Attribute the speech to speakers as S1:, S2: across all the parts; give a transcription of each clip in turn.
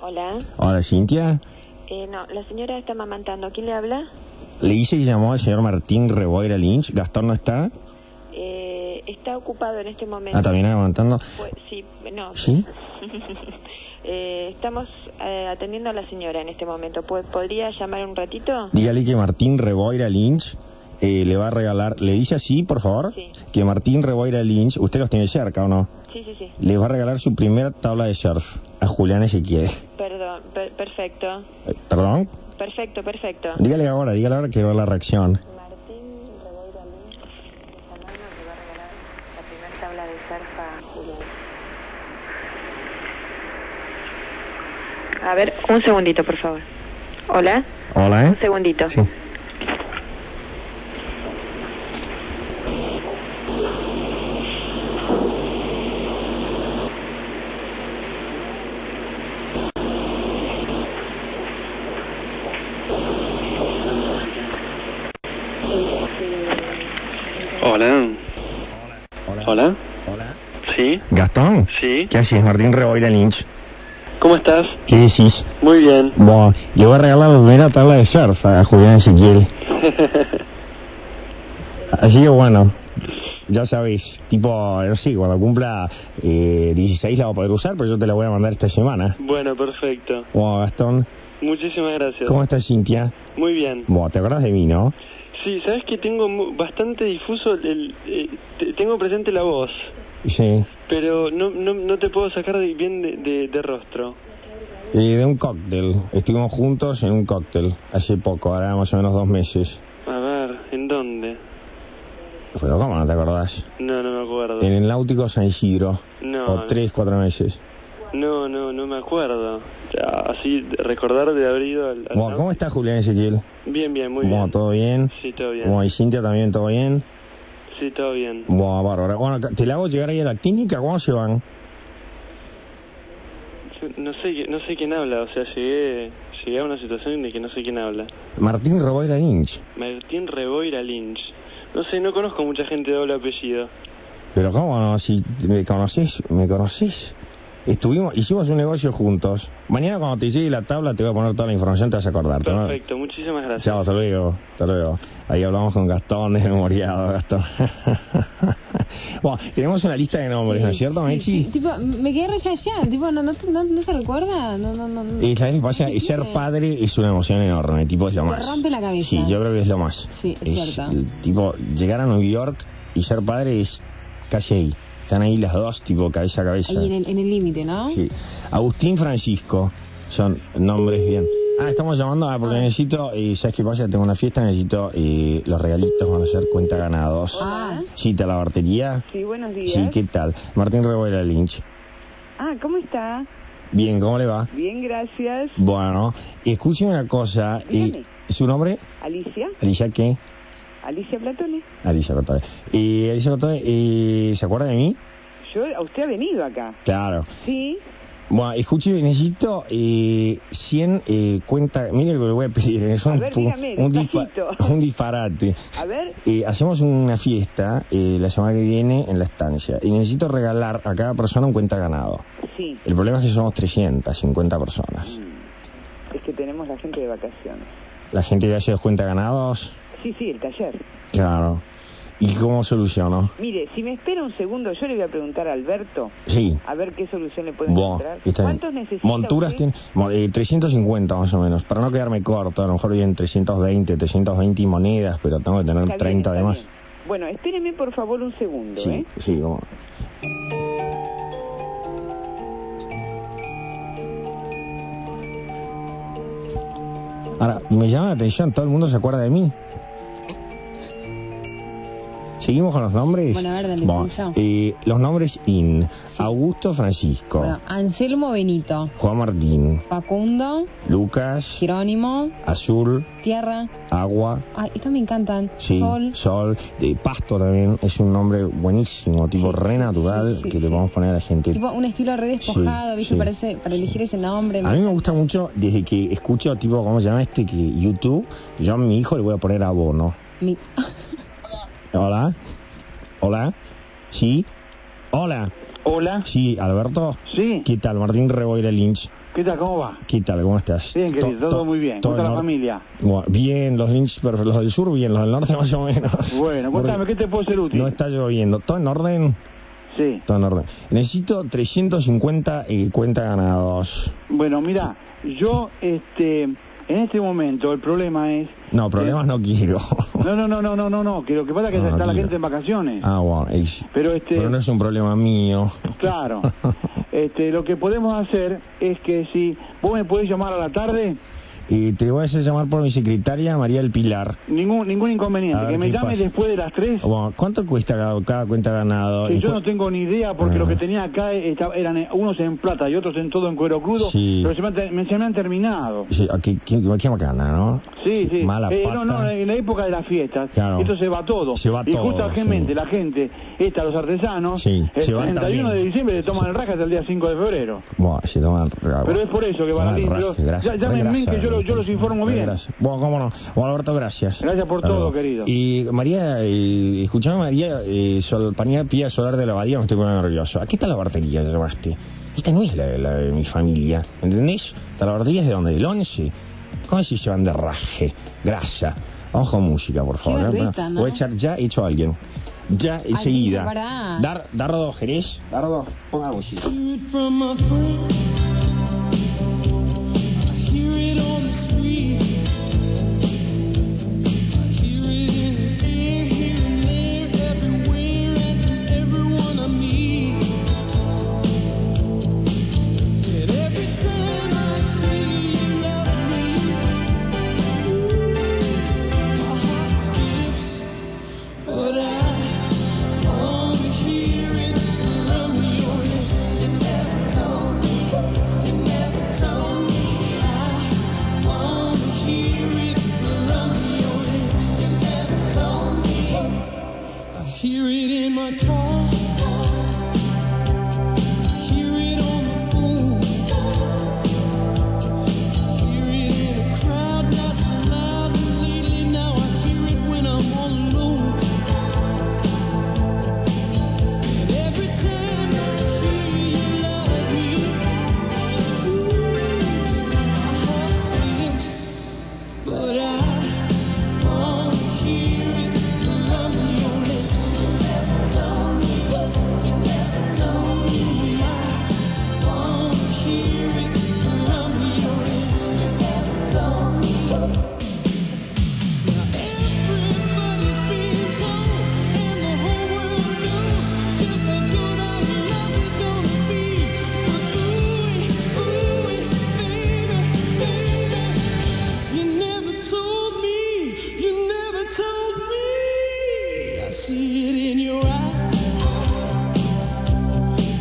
S1: Hola.
S2: Hola, Cintia.
S1: Eh, no, la señora está mamantando. ¿Quién le habla?
S2: Le hice y llamó al señor Martín Reboira Lynch. Gastón no está.
S1: Eh, está ocupado en este momento.
S2: Ah, también aguantando.
S1: Pues, sí, no.
S2: ¿Sí?
S1: Eh, estamos eh, atendiendo a la señora en este momento. Pues, ¿Podría llamar un ratito?
S2: Dígale que Martín Reboira Lynch eh, le va a regalar. ¿Le dice así, por favor?
S1: Sí.
S2: Que Martín Reboira Lynch, usted los tiene cerca o no,
S1: Sí, sí, sí.
S2: le va a regalar su primera tabla de surf a Julián Ezequiel.
S1: Perdón, per- perfecto.
S2: Eh, ¿Perdón?
S1: Perfecto, perfecto.
S2: Dígale ahora, dígale ahora que va la reacción.
S1: Martín Reboira Lynch, esta mano le va a regalar la primera tabla de zarpa a A ver, un segundito, por favor. Hola,
S2: Hola, ¿eh?
S1: un segundito.
S2: Sí.
S3: Hola.
S2: Hola.
S3: Hola.
S2: Hola.
S3: Sí.
S2: Gastón.
S3: Sí.
S2: ¿Qué haces, Martín Reboira Lynch?
S3: ¿Cómo estás?
S2: ¿Qué decís?
S3: Muy bien.
S2: Bueno, le voy a regalar la primera tabla de surf a Julián Ezequiel. Así que bueno, ya sabéis, tipo, no sé, cuando cumpla eh, 16 la va a poder usar, pero yo te la voy a mandar esta semana.
S3: Bueno, perfecto.
S2: Bueno, Gastón,
S3: Muchísimas gracias.
S2: ¿cómo estás, Cintia?
S3: Muy bien.
S2: Bueno, ¿te acordás de mí, no?
S3: Sí, sabes que tengo mu- bastante difuso el, el- eh, te- tengo presente la voz,
S2: Sí.
S3: pero no, no, no te puedo sacar de- bien de, de- de rostro.
S2: Eh, de un cóctel. Estuvimos juntos en un cóctel hace poco, ahora más o menos dos meses.
S3: A ver, ¿en dónde?
S2: Pero ¿cómo no te acordás?
S3: No, no me acuerdo.
S2: En el Náutico San Isidro.
S3: No,
S2: O tres, cuatro meses.
S3: no, no, no me acuerdo. Ya, Así de- recordar de haber ido al... al-
S2: Bueno, ¿cómo estás, Julián Ezequiel?
S3: Bien, bien, muy
S2: Bueno,
S3: bien.
S2: ¿todo bien?
S3: Sí, todo bien.
S2: Bueno, y Cintia también, ¿todo bien?
S3: Sí, todo bien.
S2: Bueno, bárbaro. Bueno, ¿te la hago llegar ahí a la clínica? ¿Cómo se van?
S3: No sé, qui- no sé quién habla, o sea, llegué, llegué a una situación de que no sé quién habla.
S2: Martín Robaira Lynch.
S3: Martín Reboira Lynch. No sé, no conozco mucha gente de doble apellido.
S2: Pero ¿cómo no? Si me conocés, me conocés. Estuvimos, hicimos un negocio juntos. Mañana cuando te llegue la tabla te voy a poner toda la información, te vas a acordar. ¿no?
S3: Perfecto, muchísimas
S2: Ah.
S3: gracias.
S2: Chao, hasta luego, hasta luego. Ahí hablamos con Gastón, es memoriado, Gastón. bueno, tenemos una lista de nombres, ¿no es cierto,
S4: Sí,
S2: Mechi?
S4: sí, tipo, me quedé reflejada, tipo, no, no, no, no se recuerda, no, no, no. no.
S2: Y ¿sabes qué pasa?
S4: ¿Qué
S2: Ser
S4: tiene?
S2: padre es una emoción enorme, tipo es lo
S4: Te
S2: más.
S4: rompe la cabeza.
S2: Sí, yo creo que es lo más.
S4: Sí, es cierto.
S2: eh, Tipo, llegar a New York y ser padre es casi ahí. Están ahí las dos, tipo, cabeza a cabeza.
S4: Ahí en el en el límite, ¿no?
S2: Sí. Agustín Francisco, son nombres bien. Ah, estamos llamando ah, porque necesito, eh, ¿sabes qué pasa? Tengo una fiesta, necesito eh, los regalitos, van a ser cuenta ganados.
S4: Ah, ¿eh?
S2: Chita, la bartería.
S5: Sí, buenos días.
S2: Sí, ¿qué tal? Martín Revuela Lynch.
S5: Ah, ¿cómo está?
S2: Bien, ¿cómo le va?
S5: Bien, gracias.
S2: Bueno, escúcheme una cosa. eh,
S5: Dígame.
S2: ¿Su nombre?
S5: Alicia,
S2: Alicia, ¿qué?
S5: Alicia Platone.
S2: Alicia Rotore. Eh, Alicia Rotore, eh, ¿se acuerda de mí?
S5: Yo, a usted ha venido acá.
S2: Claro.
S5: Sí.
S2: Bueno, escúcheme, necesito eh, 100 eh, cuentas. Mire lo que le voy a pedir. Es un,
S5: A ver,
S2: pu-
S5: dígame,
S2: un,
S5: despacito.
S2: un disparate.
S5: A ver,
S2: Eh, hacemos una fiesta eh, la semana que viene en la estancia y necesito regalar a cada persona un cuenta ganado.
S5: sí.
S2: El problema es que somos 350 personas.
S5: Mm. Es que tenemos la gente de vacaciones.
S2: La gente que hace los cuenta ganados,
S5: Sí, sí, el taller.
S2: claro. ¿Y cómo soluciono?
S5: Mire, si me espera un segundo, yo le voy a preguntar a Alberto
S2: Sí.
S5: a ver qué solución le puedo
S2: Bueno,
S5: encontrar.
S2: está bien.
S5: ¿Cuántos necesita
S2: Monturas
S5: usted?
S2: tiene mo- eh, 350 más o menos, para no quedarme corto, a lo mejor bien 320, 320 y monedas, pero tengo que tener
S5: Está bien,
S2: 30
S5: está
S2: de más.
S5: bien. Bueno, espéreme por favor un segundo,
S2: Sí,
S5: ¿eh?
S2: sí, como- Ahora, me llama la atención, todo el mundo se acuerda de mí. Seguimos con los nombres.
S4: Bueno, a ver, dale, chao.
S2: eh, los nombres IN. Augusto Francisco,
S4: bueno, Anselmo Benito,
S2: Juan Martín,
S4: Facundo,
S2: Lucas,
S4: Jerónimo,
S2: azul,
S4: Tierra.
S2: agua,
S4: Ay, estos me encantan.
S2: sí,
S4: Sol.
S2: sol, de pasto también, es un nombre buenísimo, tipo
S4: Sí,
S2: re
S4: sí,
S2: natural
S4: sí, sí,
S2: que le
S4: sí.
S2: vamos a poner a la gente.
S4: Tipo, un estilo re despojado,
S2: Sí,
S4: ¿viste?
S2: sí.
S4: Parece, para elegir ese nombre.
S2: a mí me gusta mucho, desde que escucho, tipo, ¿cómo se llama este? Que YouTube, yo a mi hijo le voy a poner abono.
S4: Mi-
S2: Hola, hola, sí, hola,
S6: Hola.
S2: sí, Alberto,
S6: Sí.
S2: ¿qué tal? Martín Reboira Lynch,
S6: ¿Qué tal? ¿Cómo va?
S2: ¿Qué tal? ¿Cómo estás?
S6: Bien,
S2: To-
S6: querido,
S2: to-
S6: todo muy bien. ¿Cómo
S2: el
S6: está la
S2: nor-
S6: familia?
S2: Bueno, bien, los links, pero los del sur bien, los del norte más o menos. Porque
S6: Bueno, cuéntame, ¿qué te puedo ser útil?
S2: No está lloviendo. ¿Todo en orden?
S6: Sí.
S2: Todo en orden. Necesito 350 y cuenta ganados.
S6: Bueno, mira, yo, este, en este momento el problema es...
S2: No, problemas no quiero.
S6: No, no, no, no, no, no, no, que lo que pasa es que
S2: No, no
S6: está la
S2: quiero.
S6: gente en vacaciones.
S2: ah, bueno. es-
S6: Pero este...
S2: Pero no es un problema mío.
S6: Claro. Este, lo que podemos hacer es que si vos me podés llamar a la tarde,
S2: Y te voy a hacer llamar por mi secretaria, María del Pilar.
S6: ningún ningún
S2: A
S6: inconveniente.
S2: ver,
S6: Que me
S2: ¿qué
S6: llames
S2: pasa?
S6: después de las 3.
S2: Bueno, ¿cuánto cuesta cada, cada cuenta ganado?
S6: que
S2: ¿Y
S6: yo
S2: cu-
S6: no tengo ni idea porque
S2: Ah.
S6: lo que tenía acá esta- eran eh, unos en plata y otros en todo en cuero crudo,
S2: Sí.
S6: pero se me, han, ter- me- se me han terminado.
S2: Sí, ah, qué, qué- qué bacana, ¿no?
S6: Sí, sí.
S2: Mala
S6: Eh,
S2: pata.
S6: no, no, en la época de las fiestas.
S2: Claro.
S6: Esto se va todo.
S2: Se va
S6: y
S2: todo,
S6: justamente
S2: sí.
S6: la gente, esta, los artesanos,
S2: Sí,
S6: el
S2: se van
S6: 31 de
S2: también.
S6: diciembre le toman el raja hasta el día 5 de febrero.
S2: Bueno, se toman...
S6: Pero es por eso que van a limpiar. Ya- llámenme que yo lo- yo los informo bien.
S2: Bueno, cómo no. Bueno, Alberto, gracias.
S6: Gracias por
S2: Hasta
S6: todo,
S2: luego.
S6: querido.
S2: Y María, eh, escuchame María, eh, sol, panía pía solar de la abadía, me estoy poniendo nervioso. Aquí está la bartería que llamaste. Esta no es la, la de mi familia, ¿entendés? Esta la bartería es de donde, del 11. ¿Cómo si se van de raje? Grasa. Vamos con música, por favor. ¿eh?
S4: berreta, ¿no?
S2: Voy a echar ya hecho a alguien. Ya enseguida.
S4: pará.
S2: Dar, dardo, Jerez. Dardo, ponga música.
S7: Hear it in my car. Hear it on the phone. Hear it in a crowd that's loud and lately now I hear it when I'm all alone. And every time I hear you love me, ooh, my heart skips. But I wanna hear it from your lips. You never told me. You never told me. I wanna hear it from your lips. You never told me. Now everybody's being told, and the whole world knows just how good our love is gonna be. But ooh, ooh, baby, baby. You never told me, you never told me. I see it in your eyes.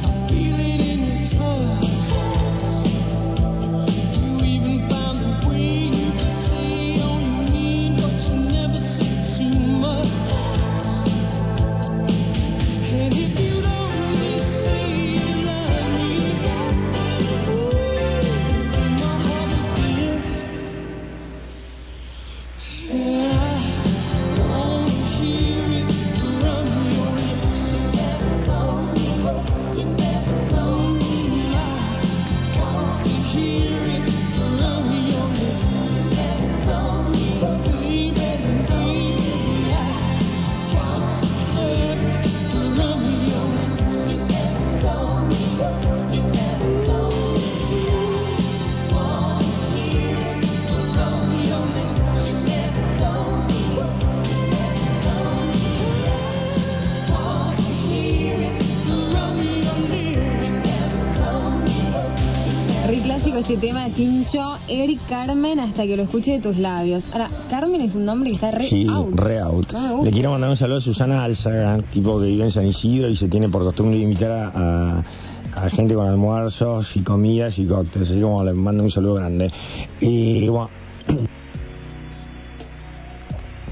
S7: I feel it in your touch. You even found a way you could say all you mean, but you never said too much. And if you'd only say you love oh, me, ooh, my heart would feel
S4: Re clásico este tema, Tincho, Eric Carmen, hasta que lo escuche de tus labios. Ahora, Carmen es un nombre que está re
S2: Sí,
S4: out. Ah,
S2: re out.
S4: No me gusta.
S2: Le quiero mandar un saludo a Susana Alzaga, tipo que vive en San Isidro y se tiene por costumbre invitar a, a- a gente con almuerzos y comidas y cócteles. Así como le mando un saludo grande. Y bueno.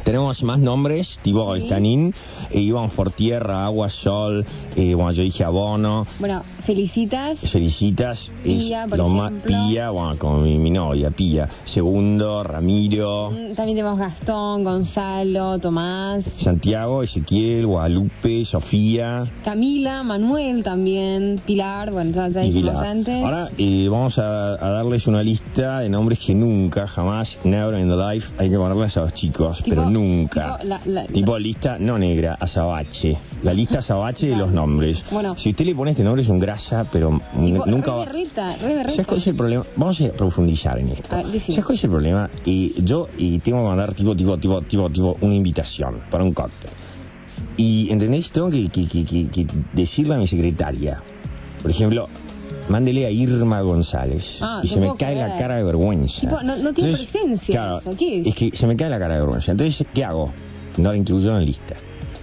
S2: Tenemos más nombres, tipo
S4: Sí.
S2: el canín. E íbamos por tierra, agua, sol. eh, bueno, yo dije abono.
S4: Bueno, felicitas.
S2: Felicitas,
S4: Pía,
S2: es
S4: por
S2: lo más
S4: ejemplo.
S2: pía, bueno, con mi, mi novia, pía. Segundo, Ramiro,
S4: Mm, También tenemos Gastón, Gonzalo, Tomás,
S2: Santiago, Ezequiel, Guadalupe, Sofía
S4: Camila, Manuel también, Pilar, bueno, ya, ya
S2: y
S4: dijimos
S2: Pilar.
S4: antes.
S2: Ahora eh, vamos a, a darles una lista de nombres que nunca, jamás, never in the life, hay que ponerles a los chicos,
S4: Tipo-
S2: pero nunca.
S4: tipo la- la-
S2: Tipo lista no negra, azabache. La lista azabache de los nombres.
S4: Bueno.
S2: Si usted le pone este nombre es un grasa, pero
S4: Tipo,
S2: nunca
S4: re berreta, re berreta.
S2: ¿Sabes cuál es el problema? Vamos a profundizar en esto.
S4: A ver, decime.
S2: ¿Sabes cuál es el problema? Eh, yo eh, tengo que mandar tipo, tipo, tipo, tipo, tipo, una invitación para un cóctel. Y, ¿entendéis? Tengo que, que- que- que- que decirle a mi secretaria. Por ejemplo, mándele a Irma González.
S4: Ah,
S2: y
S4: no
S2: se me
S4: puedo
S2: cae la
S4: creer.
S2: cara de vergüenza.
S4: Tipo, no- no tiene presencia
S2: claro,
S4: eso, ¿qué es?
S2: Es que se me cae la cara de vergüenza. Entonces, ¿qué hago? No la incluyo en la lista.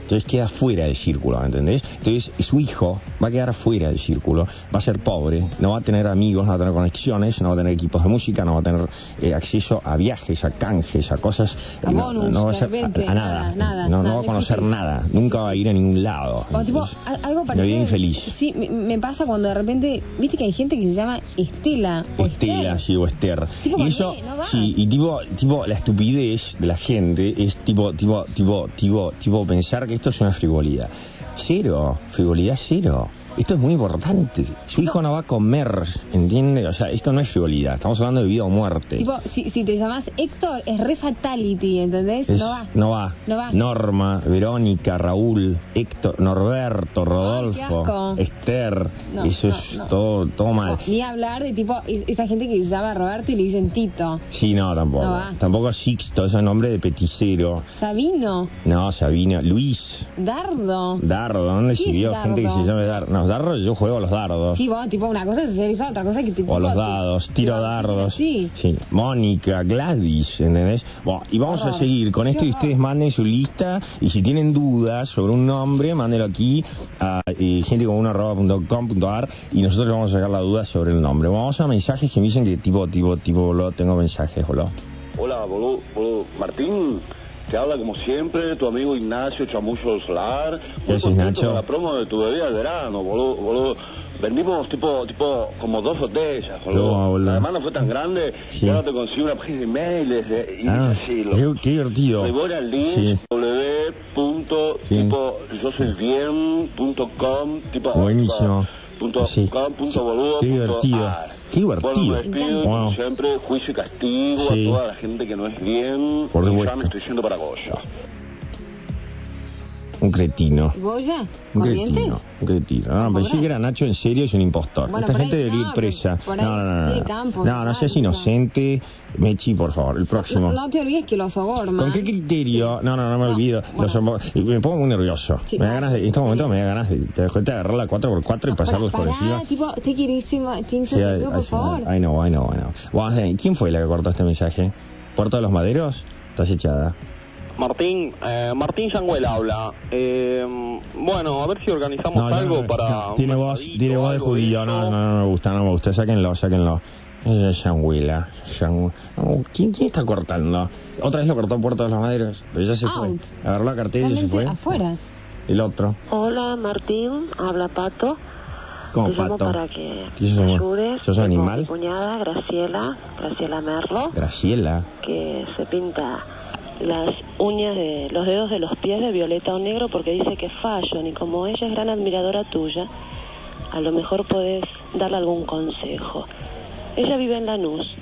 S2: Entonces queda fuera del círculo, ¿me ¿entendés? Entonces su hijo va a quedar fuera del círculo, va a ser pobre, no va a tener amigos, no va a tener conexiones, no va a tener equipos de música, no va a tener eh, acceso a viajes, a canjes, a cosas.
S4: A
S2: no,
S4: bonus,
S2: no va a,
S4: de
S2: ser-
S4: repente,
S2: a- a nada,
S4: nada, nada,
S2: no, no
S4: nada,
S2: va a conocer
S4: difícil.
S2: nada, nunca va a ir a ningún lado.
S4: O tipo,
S2: ¿entendés?
S4: a- algo
S2: Me
S4: parecido.
S2: voy infeliz.
S4: Sí, me, me pasa cuando de repente, viste que hay gente que se llama Estela. o
S2: Estela,
S4: Esther.
S2: sí, o Este, Esther.
S4: Tipo,
S2: y
S4: con
S2: eso,
S4: E, no va.
S2: sí, y tipo, tipo, la estupidez de la gente es tipo, tipo, tipo, tipo, tipo, pensar que esto es una frivolidad. Cero, frivolidad cero. Esto es muy importante. Su hijo no va a comer, ¿entiende? O sea, esto no es frivolidad. Estamos hablando de vida o muerte.
S4: Tipo, si, si te llamas Héctor, es re fatality, ¿entendés?
S2: Es-
S4: no va.
S2: no va.
S4: No va.
S2: Norma, Verónica, Raúl, Héctor, Norberto, Rodolfo,
S4: asco.
S2: Esther.
S4: No,
S2: eso
S4: no,
S2: es
S4: no.
S2: todo, todo mal.
S4: O Ni hablar de tipo es- esa gente que se llama Roberto y le dicen Tito.
S2: Sí, no, tampoco.
S4: No va.
S2: tampoco Sixto, ese nombre de peticero.
S4: Sabino,
S2: No, Sabina, Luis,
S4: Dardo.
S2: Dardo, ¿dónde
S4: ¿Qué
S2: se
S4: es
S2: vio gente que
S4: dardo?
S2: se llame Dardo? No, Dardo yo juego a los dardos.
S4: Sí, vos, tipo, una cosa es hacer eso, otra cosa es que te
S2: O a los
S4: tipo, te-
S2: dados,
S4: te
S2: tiro
S4: van a hacer
S2: dardos.
S4: así.
S2: Mónica, Gladys, ¿entendés? Bueno, y vamos a
S4: Horror.
S2: seguir con
S4: Qué
S2: esto y
S4: horror.
S2: ustedes manden su lista. Y si tienen dudas sobre un nombre, mándenlo aquí a eh, gentecomun.com.ar y nosotros le vamos a sacar la duda sobre el nombre. Vamos a mensajes que me dicen que tipo, tipo, tipo, boludo, tengo mensajes, boludo.
S8: Hola, boludo, boludo. Martín, te habla como siempre tu amigo Ignacio Chamucho Solar.
S2: ¿Qué
S8: Muy
S2: haces,
S8: contento
S2: Nacho?
S8: con la promo de tu bebida de verano, boludo, boludo. Vendimos tipo, tipo, como dos botellas, boludo.
S2: No, boludo.
S8: Además no fue tan grande.
S2: Sí.
S8: Y ahora te consigo una página de email desde
S2: Ah,
S8: Imbécil.
S2: qué, qué divertido.
S8: Me voy al link
S2: Sí.
S8: w punto
S2: Sí.
S8: tipo yo soy bien punto com tipo
S2: Buenísimo.
S8: punto
S2: Sí.
S8: com punto boludo
S2: Qué
S8: punto
S2: divertido.
S8: ar.
S2: Qué divertido.
S8: Bueno, me despido,
S4: Me
S2: encanta.
S8: como
S2: Wow.
S8: siempre juicio y castigo
S2: Sí.
S8: a toda la gente que no es bien
S2: Por
S8: Y
S2: supuesto.
S8: ya me estoy yendo para Goya
S2: Un cretino.
S4: ¿Y ¿Vos ya?
S2: Un
S4: ¿Corrientes?
S2: cretino, un cretino. No,
S4: ¿Cómo
S2: pensé
S4: habrá?
S2: que era Nacho en serio, es un impostor.
S4: Bueno,
S2: Esta
S4: por
S2: gente
S4: ahí-
S2: debería
S4: no,
S2: ir presa.
S4: por ahí
S2: no, no, no.
S4: tiene
S2: No,
S4: campo,
S2: no, no seas
S4: claro.
S2: inocente. Mechi, por favor, el próximo.
S4: No, no te olvides que los sobornan.
S2: ¿Con qué criterio? No, no, no me
S4: No,
S2: olvido.
S4: bueno.
S2: Los homo- y me pongo muy nervioso.
S4: Sí,
S2: me da
S4: claro.
S2: ganas de, en estos momentos me da ganas de, te das cuenta, de agarrar la 4x4 y pasarlos por
S4: Pará,
S2: encima.
S4: tipo, te querísimo, chincho,
S2: Sí,
S4: te
S2: ay,
S4: pido,
S2: ay,
S4: por
S2: sí,
S4: favor.
S2: ay, no, ay, no, ay, no. Vamos a ver, ¿Quién fue la que cortó este mensaje? ¿Puerto de los Maderos? Estás echada.
S9: Martín, eh, Martín Yanguel habla. Eh, bueno, a ver si organizamos
S2: yo
S9: algo
S2: no-
S9: para.
S2: no, tiene
S9: un
S2: voz,
S9: mercadito,
S2: tiene voz de
S9: algo
S2: judío. No,
S9: esto.
S2: no, no me gusta, no me gusta. Sáquenlo, sáquenlo. Esa es Shanghuila. Shanghu- no, Oh, ¿Quién, ¿Quién está cortando? Otra vez lo cortó Puerto de los Maderos. Pero ya se
S4: Out.
S2: fue. Agarró la cartera y se
S4: Realmente,
S2: fue.
S4: afuera.
S2: El otro.
S1: Hola Martín, habla Pato.
S2: Como
S1: Te llamo
S2: pato.
S1: para que
S2: ¿Qué sos,
S1: me
S2: amor?
S1: ayudes.
S2: ¿Sos
S1: Tengo
S2: animal?
S1: Mi cuñada Graciela, Graciela Merlo,
S2: Graciela.
S1: que se pinta las uñas de los dedos de los pies de violeta o negro porque dice que es fashion y como ella es gran admiradora tuya, a lo mejor podés darle algún consejo. Ella vive en Lanús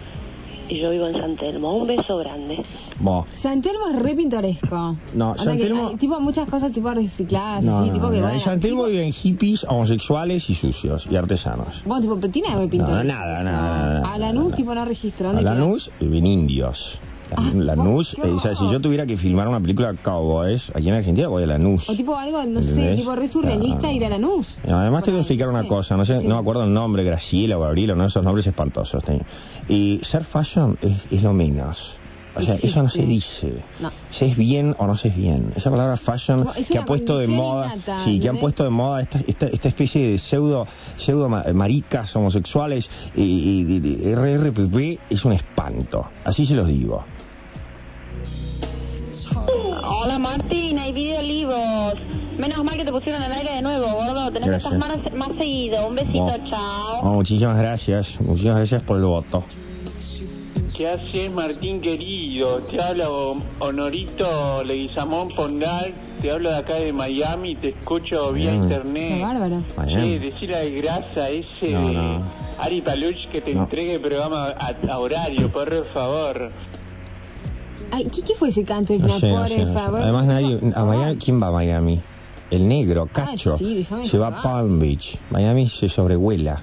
S1: y yo vivo en San Telmo. Un beso grande.
S2: Vos.
S4: San Telmo es re pintoresco.
S2: No,
S4: O sea
S2: San
S4: que
S2: Telmo-
S4: hay, tipo, muchas cosas tipo recicladas,
S2: No,
S4: así,
S2: no,
S4: Ah, tipo que
S2: no.
S4: bueno,
S2: En San Telmo
S4: tipo-
S2: viven hippies, homosexuales y sucios y artesanos.
S4: Vos, tipo, pero tiene algo de
S2: No,
S4: pintoresco.
S2: nada, nada, nada, nada,
S4: A Lanús,
S2: nada.
S4: tipo, no registro.
S2: A
S4: ¿dónde queda?
S2: Lanús viven indios. La Lanús,
S4: Ah, vos, qué
S2: eh, o sea, si
S4: horror.
S2: yo tuviera que filmar una película cowboys aquí en Argentina, voy a Lanús.
S4: O tipo algo, no sé,
S2: ¿Entendés?
S4: tipo re surrealista,
S2: No.
S4: ir a Lanús.
S2: No, Además te
S4: Por
S2: voy a
S4: ahí,
S2: explicar una
S4: sé.
S2: cosa, no sé,
S4: Sí.
S2: no me acuerdo el nombre, Graciela o Gabriela, uno de esos nombres espantosos. tenía. Y ser fashion es, es lo menos. O sea,
S4: Existe.
S2: eso no se dice.
S4: No.
S2: Se es bien o no se es bien. Esa palabra fashion
S4: Tipo, es
S2: que
S4: una
S2: ha puesto de
S4: condición
S2: moda,
S4: innata,
S2: sí, que han
S4: ¿entendés?
S2: puesto de moda esta, esta, esta especie de pseudo, pseudo ma- maricas homosexuales y, y- y- y RRPP es un espanto. Así se los digo.
S10: Hola Martina y Video Olivos. Menos mal que te pusieron al aire de nuevo, gordo. Tenés que estar
S2: Gracias.
S10: más, más seguido. Un besito,
S2: Bueno.
S10: chao.
S2: Oh, muchísimas gracias, muchísimas gracias por el voto.
S11: ¿Qué haces, Martín querido? Te habla Hon- Honorito Leguizamón Fondal. Te hablo de acá de Miami. Te escucho vía
S2: Mm.
S11: internet.
S4: Qué bárbaro.
S11: Sí, decirle al grasa ese
S2: No,
S11: de
S2: no.
S11: Ari Paluch que te
S2: No.
S11: entregue el programa a, a horario, por favor.
S4: Ay, ¿qué, qué fue ese canto,
S2: No
S4: Irna?
S2: sé, no
S4: por
S2: sé, no sé.
S4: favor.
S2: Además, nadie, a Miami, ¿quién va a Miami? El negro, Cacho.
S4: sí, déjame
S2: se va
S4: jugar.
S2: a Palm Beach. Miami se sobrevuela.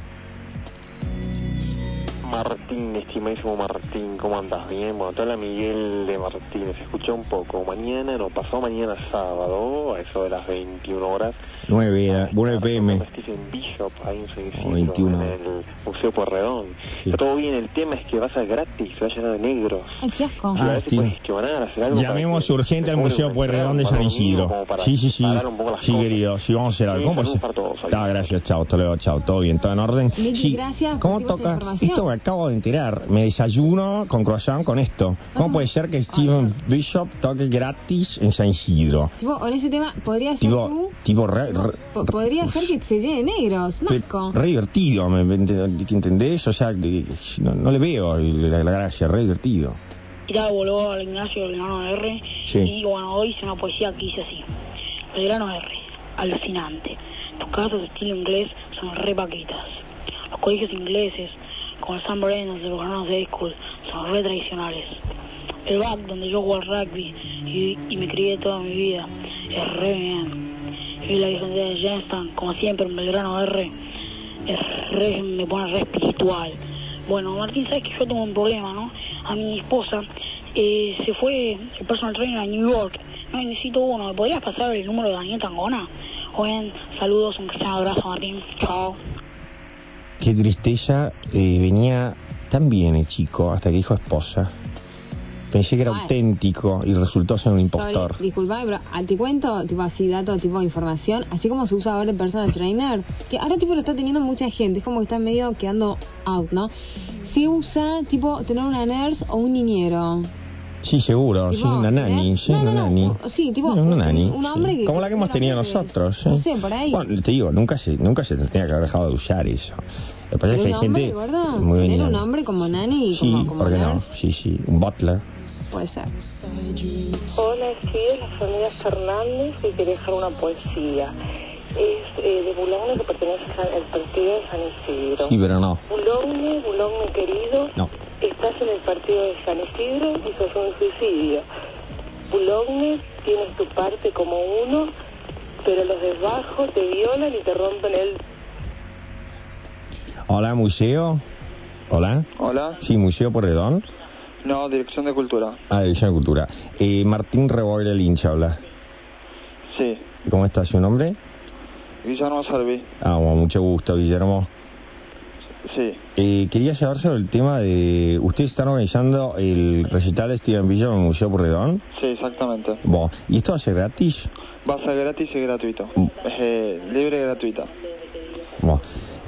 S12: Martín, estimadísimo Martín, ¿cómo andas? Bien, bueno, te habla Miguel de Martínez, escucha un poco. Mañana, no, pasó mañana sábado, a eso de las 21 horas,
S2: 9, era- 9 pm.
S12: Stephen Bishop, hay un
S2: O
S12: suicidio
S2: 21.
S12: en el Museo Porredón. Está todo bien, el tema es que va a ser gratis, se va a llenar de negros.
S4: Ay, qué asco.
S12: Y pues, a
S2: Ah,
S12: ver si
S2: tío.
S12: puedes gestionar, hacer algo para
S2: Llamemos urgente al Museo Pueyrredón de San Isidro. Sí, sí, sí. Sí, querido, sí, vamos a hacer algo. ¿Cómo se- Está, gracias, chao, hasta luego, chao, todo bien, todo en orden.
S4: Miki,
S2: Sí,
S4: gracias por
S2: ¿Cómo
S4: tu gusto de
S2: toca?
S4: información.
S2: Esto me acabo de enterar. Me desayuno con croissant con esto. ¿Cómo puede ser que Steven Bishop toque gratis en San Isidro?
S4: Tipo, con ese tema, podría ser
S2: Tipo,
S4: tú.
S2: tipo re, re-
S4: po- podría ser que se llene de negros. No
S2: re-
S4: asco.
S2: re divertido, ¿me me ent- entendés? O sea, de- no, no le veo la, la gracia, re divertido.
S13: Mirá, boludo, al Ignacio Belgrano R.
S2: Sí.
S13: Y bueno, hoy hice una poesía que hice así. Belgrano R, alucinante. Tus casas de estilo inglés son re paquitas. Los colegios ingleses, como el San Brennan de los granos de School, son re tradicionales. El back donde yo jugué al rugby y, y me crié toda mi vida, es re bien. Y la Virgen de Jensen, como siempre, en Belgrano R, es re, me pone re espiritual. Bueno, Martín, sabes que yo tengo un problema, ¿no? A mi esposa eh, se fue el personal trainer a New York. No, y necesito uno. ¿Me podrías pasar el número de Daniel Tangona? Oigan, saludos, un gran abrazo, Martín. Chao.
S2: Qué tristeza, eh, venía tan bien el chico hasta que dijo esposa. Pensé que era
S4: Ay.
S2: auténtico y resultó ser un impostor.
S4: Sobre- disculpame, pero ah, te cuento, tipo así, dato, tipo información, así como se usa ahora el personal trainer, que ahora tipo lo está teniendo mucha gente, es como que está medio quedando out, ¿no? Se usa, tipo, tener una nurse o un niñero.
S2: Sí, seguro, sí,
S4: Tipo,
S2: una nani,
S4: ¿eh?
S2: sí,
S4: No,
S2: una
S4: no, no,
S2: nani.
S4: o- sí, tipo,
S2: una
S4: un-
S2: nani,
S4: un hombre
S2: sí.
S4: que-
S2: Como la que hemos
S4: que
S2: tenido
S4: lo que-
S2: nosotros. sí.
S4: no sé, por ahí.
S2: Bueno, te digo, nunca se, nunca se tendría que haber dejado de usar eso. Lo que pasa es
S4: Pero
S2: que
S4: un
S2: hay
S4: hombre,
S2: gente
S4: gordo,
S2: muy
S4: tener un
S2: venial.
S4: hombre como nani y
S2: Sí,
S4: como, como
S2: ¿por qué
S4: nurse,
S2: no? Sí, sí, un butler.
S4: puede ser.
S14: Hola, sí, es la familia Fernández y quería dejar una poesía. Es eh, de Bulogne que pertenece a- al partido de San Isidro.
S2: Sí, pero no.
S14: Bulogne, Bulogne querido,
S2: No.
S14: estás en el partido de San Isidro y sos un suicidio. Bulogne, tienes tu parte como uno, pero los de abajo te violan y te rompen el
S2: Hola, museo. Hola.
S6: Hola.
S2: Sí, Museo Porredón.
S6: No, Dirección de Cultura.
S2: Ah, División de Cultura. Eh, Martín Reboira Lincha habla.
S6: Sí.
S2: ¿Cómo está su nombre?
S6: Guillermo Sarvi.
S2: Ah, bueno, mucho gusto, Guillermo.
S6: Sí.
S2: Eh, quería saber sobre el tema de... ¿Ustedes están organizando el recital de Steven Bishop en el Museo Porredón?
S6: Sí, exactamente.
S2: Bueno, ¿y esto va a ser gratis?
S6: Va a ser gratis y gratuito.
S2: Mm.
S6: Es eh, libre y gratuita.
S2: Bueno,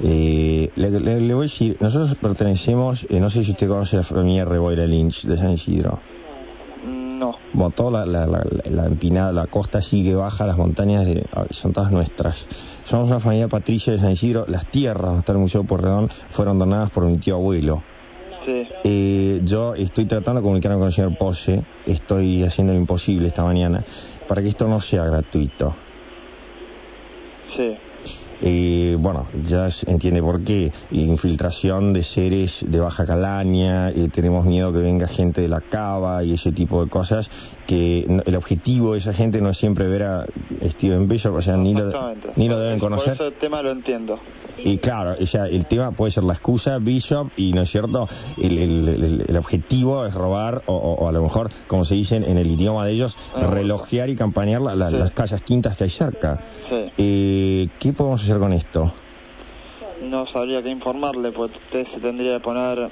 S2: eh, le, le- le voy a decir, nosotros pertenecemos, eh, no sé si usted conoce la familia Reboira Lynch de San Isidro.
S6: No.
S2: Bueno, toda la, la- la- la empinada, la costa así que baja, las montañas de- ah, son todas nuestras. Somos una familia patricia de San Isidro, las tierras donde está el Museo Porredón fueron donadas por mi tío abuelo.
S6: Sí.
S2: Eh, yo estoy tratando de comunicarme con el señor Pose, estoy haciendo lo imposible esta mañana para que esto no sea gratuito.
S6: Sí.
S2: Eh, bueno, ya se entiende por qué. Infiltración de seres de baja calaña, eh, tenemos miedo que venga gente de la cava y ese tipo de cosas, que no- el objetivo de esa gente no es siempre ver a Steven Bishop, o sea, ni lo,
S6: Exactamente.
S2: ni lo deben
S6: Por
S2: conocer.
S6: eso el tema lo entiendo.
S2: Y claro, o sea, el tema puede ser la excusa, Bishop, y no es cierto, el, el- el- el objetivo es robar, o, o- o a lo mejor, como se dicen en el idioma de ellos,
S6: Ah,
S2: relojear y campanear la- la- las casas quintas que hay cerca.
S6: Sí.
S2: Eh, ¿Qué podemos hacer con esto?
S6: No sabría qué informarle, pues usted se tendría que poner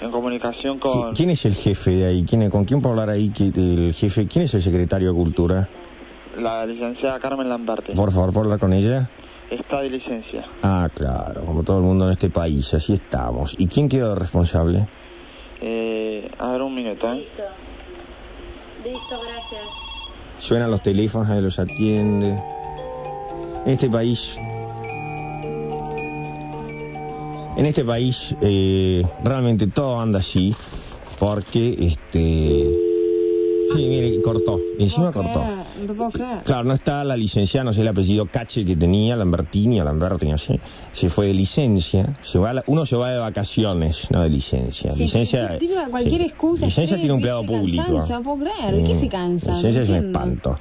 S6: en comunicación
S2: ¿Qui-
S6: con...
S2: ¿Quién es el jefe de ahí? ¿Quién, es- ¿Con quién puedo hablar ahí? que- el jefe? ¿Quién es el secretario de Cultura?
S6: La licenciada Carmen Lamberti.
S2: Por favor, ¿puedo hablar con ella?
S6: Está de licencia.
S2: Ah, claro, como todo el mundo en este país, así estamos. ¿Y quién quedó de responsable?
S6: Eh, a ver un minuto, ¿eh?
S15: Listo, gracias.
S2: Suenan los teléfonos, nadie los atiende. En este país. En este país eh, realmente todo anda así. Porque este. Sí, mire, cortó. Encima cortó.
S4: No te puedo creer.
S2: Claro, no está la licenciada, no sé el apellido Cache que tenía, Lambertini o Lamberti, no sé. Se fue de licencia. Se va a la- uno se va de vacaciones, no de licencia.
S4: Sí,
S2: licencia.
S4: tiene cualquier
S2: sí.
S4: excusa.
S2: Licencia
S4: estrés,
S2: tiene un empleado
S4: viste,
S2: público.
S4: Cansancio, no puedo creer. ¿De qué
S2: Mm.
S4: se cansa? No
S2: Licencia es un
S4: entiendo.
S2: espanto.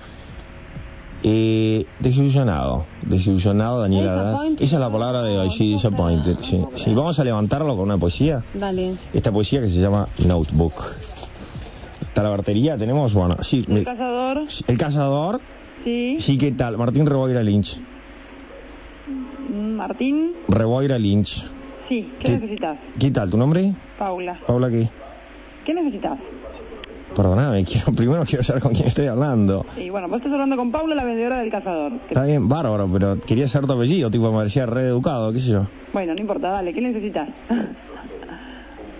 S2: Eh, desilusionado, desilusionado Daniel Haddad.
S4: Disappointed.
S2: Esa es la palabra de hoy, sí, disappointed. sí. Sí, vamos a levantarlo con una poesía.
S4: Dale.
S2: Esta poesía que se llama Notebook. Talabartería tenemos, bueno, sí. me-
S16: El cazador,
S2: el cazador,
S16: sí.
S2: sí, ¿qué tal? Martín Reboira Lynch.
S16: Mm, Martín,
S2: Reboira Lynch.
S16: sí. ¿Qué,
S2: ¿Qué?
S16: necesitas?
S2: ¿Qué tal? ¿Tu nombre?
S16: Paula.
S2: Paula, ¿qué?
S16: ¿Qué necesitas?
S2: Perdóname, quiero, primero quiero saber con quién estoy hablando.
S16: Y bueno, vos estás hablando con Paula, la vendedora del cazador. Que-
S2: Está bien, bárbaro, pero quería saber tu apellido, tipo, me parecía reeducado, qué sé yo.
S16: Bueno, no importa, dale, ¿qué necesitas?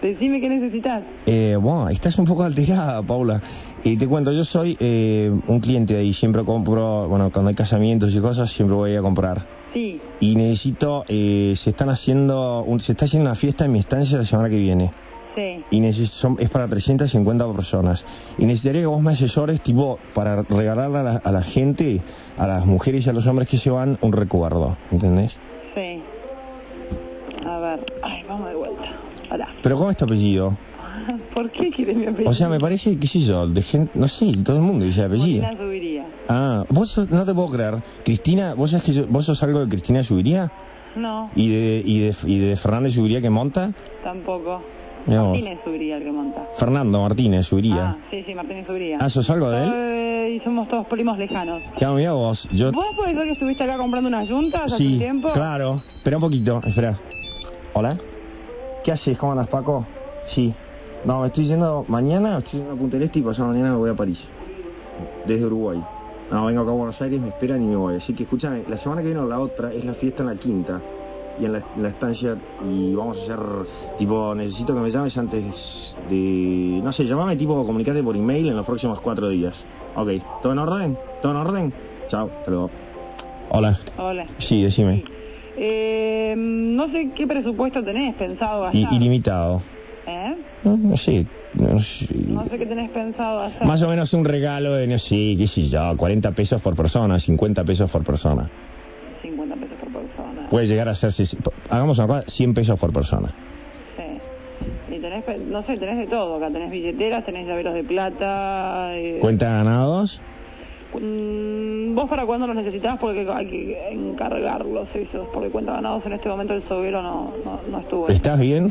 S16: Decime qué necesitas.
S2: Eh, bueno, estás un poco alterada, Paula. Y te cuento, yo soy eh, un cliente de ahí, siempre compro, bueno, cuando hay casamientos y cosas, siempre voy a comprar.
S16: Sí.
S2: Y necesito, eh, se están haciendo, un- se está haciendo una fiesta en mi estancia la semana que viene.
S16: Sí.
S2: Y neces- son- es para 350 personas. Y necesitaría que vos me asesores, tipo, para regalarle a la, a la gente, a las mujeres y a los hombres que se van, un recuerdo, ¿entendés?
S16: Sí. A ver, ay, vamos de vuelta. Hola.
S2: Pero ¿cómo es tu apellido?
S16: ¿Por qué quieres mi apellido?
S2: O sea, me parece, qué sé yo, de gente, no sé, todo el mundo dice apellido.
S16: La subiría.
S2: Ah, vos sos- no te puedo creer. Cristina, ¿vos, sabés que yo- vos sos algo de Cristina Subiría?
S16: No,
S2: ¿Y de, y de, y de Fernando Subiría que monta?
S16: tampoco.
S2: Mirá vos.
S16: Martínez subiría el que monta.
S2: Fernando Martínez Subiría.
S16: Ah, sí, sí, Martínez subiría.
S2: Ah, ¿sos algo de él?
S16: Eh, y somos todos primos lejanos.
S2: Ya, mirá vos. Yo,
S16: ¿Vos podés ser que estuviste acá comprando unas yuntas hace un
S2: sí,
S16: tiempo?
S2: claro. Espera un poquito, espera. ¿Hola? ¿Qué haces? ¿Cómo andas, Paco? Sí. No, me estoy yendo mañana, estoy yendo a Punta del Este y pasado mañana me voy a París. Desde Uruguay. No, vengo acá a Buenos Aires, me esperan y me voy. Así que escúchame, la semana que viene o la otra es la fiesta en la quinta y en la, en la estancia y vamos a hacer, tipo, necesito que me llames antes de, no sé, llamame tipo, comunicate por email en los próximos cuatro días. Ok, ¿todo en orden? ¿Todo en orden? Chao, hasta luego. Hola.
S16: Hola.
S2: Sí, decime.
S16: Eh, no sé qué presupuesto tenés pensado hacer.
S2: I- ilimitado.
S16: ¿Eh?
S2: No, no sé, no sé.
S16: No sé qué tenés pensado hacer.
S2: Más o menos un regalo de, no sé, qué sé yo, 40 pesos por persona, 50 pesos por persona.
S16: 50 pesos por persona.
S2: Puede llegar a ser, ses- hagamos una cosa, 100 pesos por persona.
S16: Sí. Y tenés, pe- no sé, tenés de todo acá. Tenés billeteras, tenés llaveros de plata. eh,
S2: Cuenta ganados,
S16: mm, ¿Vos para cuándo los necesitas? Porque hay que encargarlos esos. Porque cuenta ganados en este momento el sobrero no, no, no estuvo.
S2: ¿estás bien?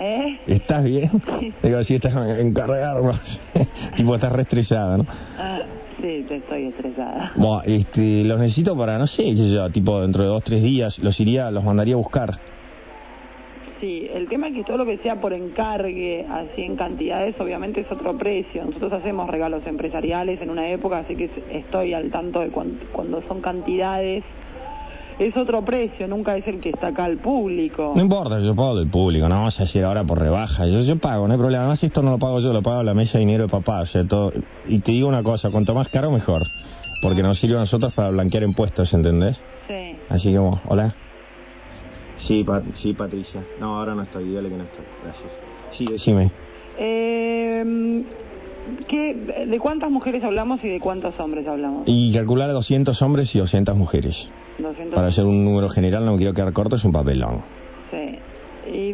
S16: ¿Eh?
S2: ¿Estás bien?
S16: Sí.
S2: Digo, sí, estás en- encargarlo. tipo, estás re estresada, ¿no?
S16: Ah, sí, te estoy estresada.
S2: Bueno, este, los necesito para, no sé, qué sé yo, tipo, dentro de dos, tres días, los iría, los mandaría a buscar.
S16: Sí, el tema es que todo lo que sea por encargue, así en cantidades, obviamente es otro precio. Nosotros hacemos regalos empresariales en una época, así que es- estoy al tanto de cuan- cuando, son cantidades. Es otro precio, nunca es el que está acá al público.
S2: No importa, yo pago del público, no vamos a hacer ahora por rebaja. Yo, yo pago, no hay problema. Además, esto no lo pago yo, lo pago la mesa de dinero de papá. O sea, todo. Y te digo una cosa: cuanto más caro, mejor. Porque nos sirve a nosotros para blanquear impuestos, ¿entendés?
S16: Sí.
S2: Así que, bueno, hola. Sí, sí, Patricia. No, ahora no estoy, dile que no estoy. Gracias. Sí, decime.
S16: Eh, ¿qué- ¿De cuántas mujeres hablamos y de cuántos hombres hablamos?
S2: Y calcular 200 hombres y 200 mujeres.
S16: 200.
S2: Para hacer un número general, no me quiero quedar corto, es un papelón.
S16: Sí. Y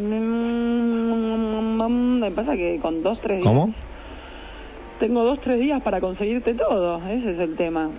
S16: mm, me pasa que con dos, tres días...
S2: ¿Cómo?
S16: Tengo dos, tres días para conseguirte todo, ese es el tema.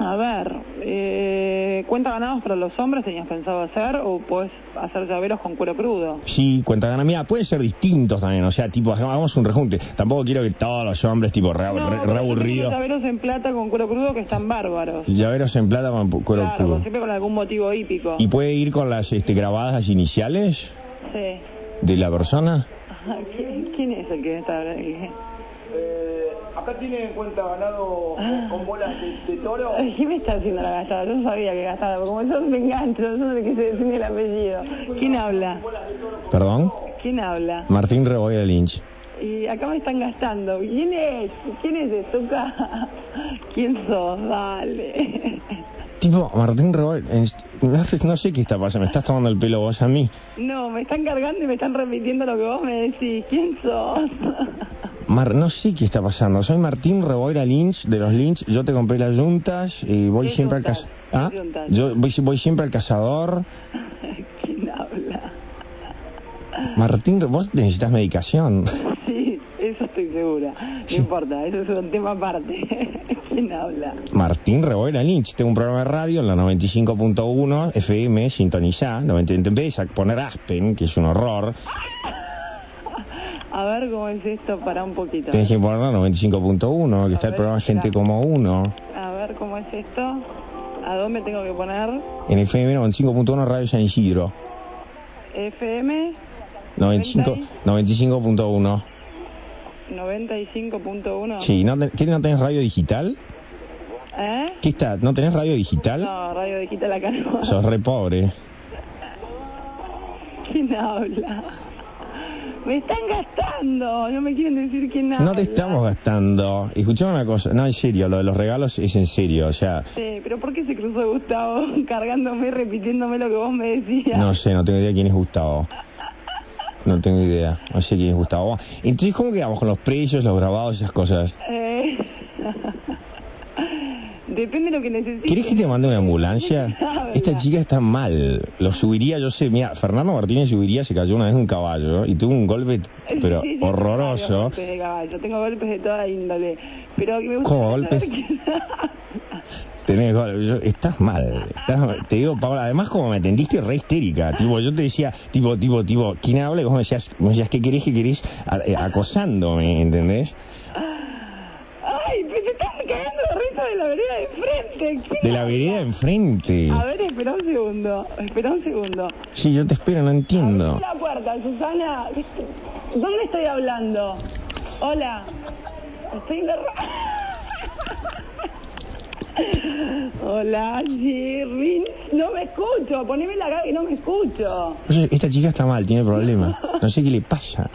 S16: A ver, eh, ¿cuenta ganados para los hombres tenías pensado hacer o puedes hacer llaveros con cuero crudo?
S2: Sí, cuenta gana. Mira, pueden ser distintos también. O sea, tipo, hagamos un rejunte. Tampoco quiero que todos los hombres, tipo, re,
S16: No,
S2: re- re
S16: porque yo tengo
S2: aburridos.
S16: Llaveros en plata con cuero crudo que están bárbaros.
S2: Llaveros en plata con cuero
S16: claro,
S2: crudo.
S16: con- siempre con algún motivo hípico.
S2: ¿Y puede ir con las este, grabadas iniciales
S16: Sí.
S2: de la persona?
S16: ¿Qui- ¿Quién es el que está hablando?
S11: Acá tiene en cuenta ganado con bolas de, toro.
S16: Ay, ¿Qué me está haciendo la gastada? Yo sabía que gastaba, porque como yo me engancho, yo no le quise decir el apellido. ¿Quién habla?
S2: Perdón.
S16: ¿Quién habla?
S2: Martín Reboira Lynch.
S16: y acá me están gastando. ¿Quién es? ¿Quién es Estuca? ¿Quién sos? Dale.
S2: Tipo, Martín Robert, en- este, no sé- no sé qué está pasando, me estás tomando el pelo vos a mí.
S16: No, me están cargando y me están repitiendo lo que vos me decís. ¿Quién sos?
S2: Mar, no sé qué está pasando. Soy Martín Reboira Lynch, de los Lynch. Yo te compré las yuntas y voy
S16: ¿Qué
S2: siempre
S16: yuntas?
S2: al cazador.
S16: ¿Qué yuntas?
S2: Yo voy, voy siempre al cazador.
S16: ¿Quién habla?
S2: Martín, vos necesitas medicación.
S16: Sí, eso estoy segura. No importa, eso es un tema aparte. ¿Quién habla?
S2: Martín Reboira Lynch. Tengo un programa de radio en la 95.1 FM, sintonizá. 90, empecé a poner Aspen, que es un horror.
S16: A ver cómo es esto, para un poquito.
S2: Tenés que poner 95.1, que está el programa Gente como Uno.
S16: A ver cómo es esto. ¿A dónde tengo que poner?
S2: En FM 95.1 Radio San Isidro.
S16: FM
S2: 95 95.1.
S16: 95.1.
S2: Sí, ¿no, te- ¿qué, ¿no tenés radio digital?
S16: ¿Eh?
S2: ¿Qué está? ¿No tenés radio digital?
S16: No, radio digital acá no.
S2: Sos re pobre.
S16: ¿Quién habla? Me están gastando, no me quieren decir quién habla.
S2: No te estamos gastando. Escuchame una cosa. No, en serio, lo de los regalos es en serio. O sea,
S16: Sí, pero ¿por qué se cruzó Gustavo cargándome, repitiéndome lo que vos me decías?
S2: no sé, no tengo idea quién es Gustavo. No tengo idea. No sé quién es Gustavo. Entonces, ¿cómo quedamos con los precios, los grabados, esas cosas?
S16: Eh, Depende de lo que necesites.
S2: ¿Querés que te mande una ambulancia?
S16: Habla.
S2: Esta chica está mal. Lo subiría, yo sé. Mira, Fernando Martínez subiría, se cayó una vez de un caballo y tuvo un golpe, pero
S16: Sí, sí, tengo varios
S2: horroroso.
S16: golpes de caballo, tengo golpes de toda índole. Pero que me gusta
S2: ¿Cómo
S16: saber
S2: golpes?
S16: quién-
S2: Tenés gol- yo- estás mal, estás mal. te digo Paula, además como me atendiste re histérica, tipo, yo te decía, tipo, tipo, tipo, ¿quién habla? Y vos me decías, me decías ¿qué querés, qué querés? A- eh, acosándome, ¿entendés?
S16: Ay, pues se están cagando de risa de la vereda de frente. ¿Quién
S2: De la vereda enfrente.
S16: A ver, espera un segundo, espera un segundo.
S2: Sí, yo te espero, no entiendo.
S16: La puerta, Susana. ¿Dónde estoy hablando? Hola. Estoy en la ra- Hola, Jerry. No me escucho. Poneme la cara que no me escucho.
S2: Oye, Esta chica está mal, tiene problemas, no sé qué le pasa.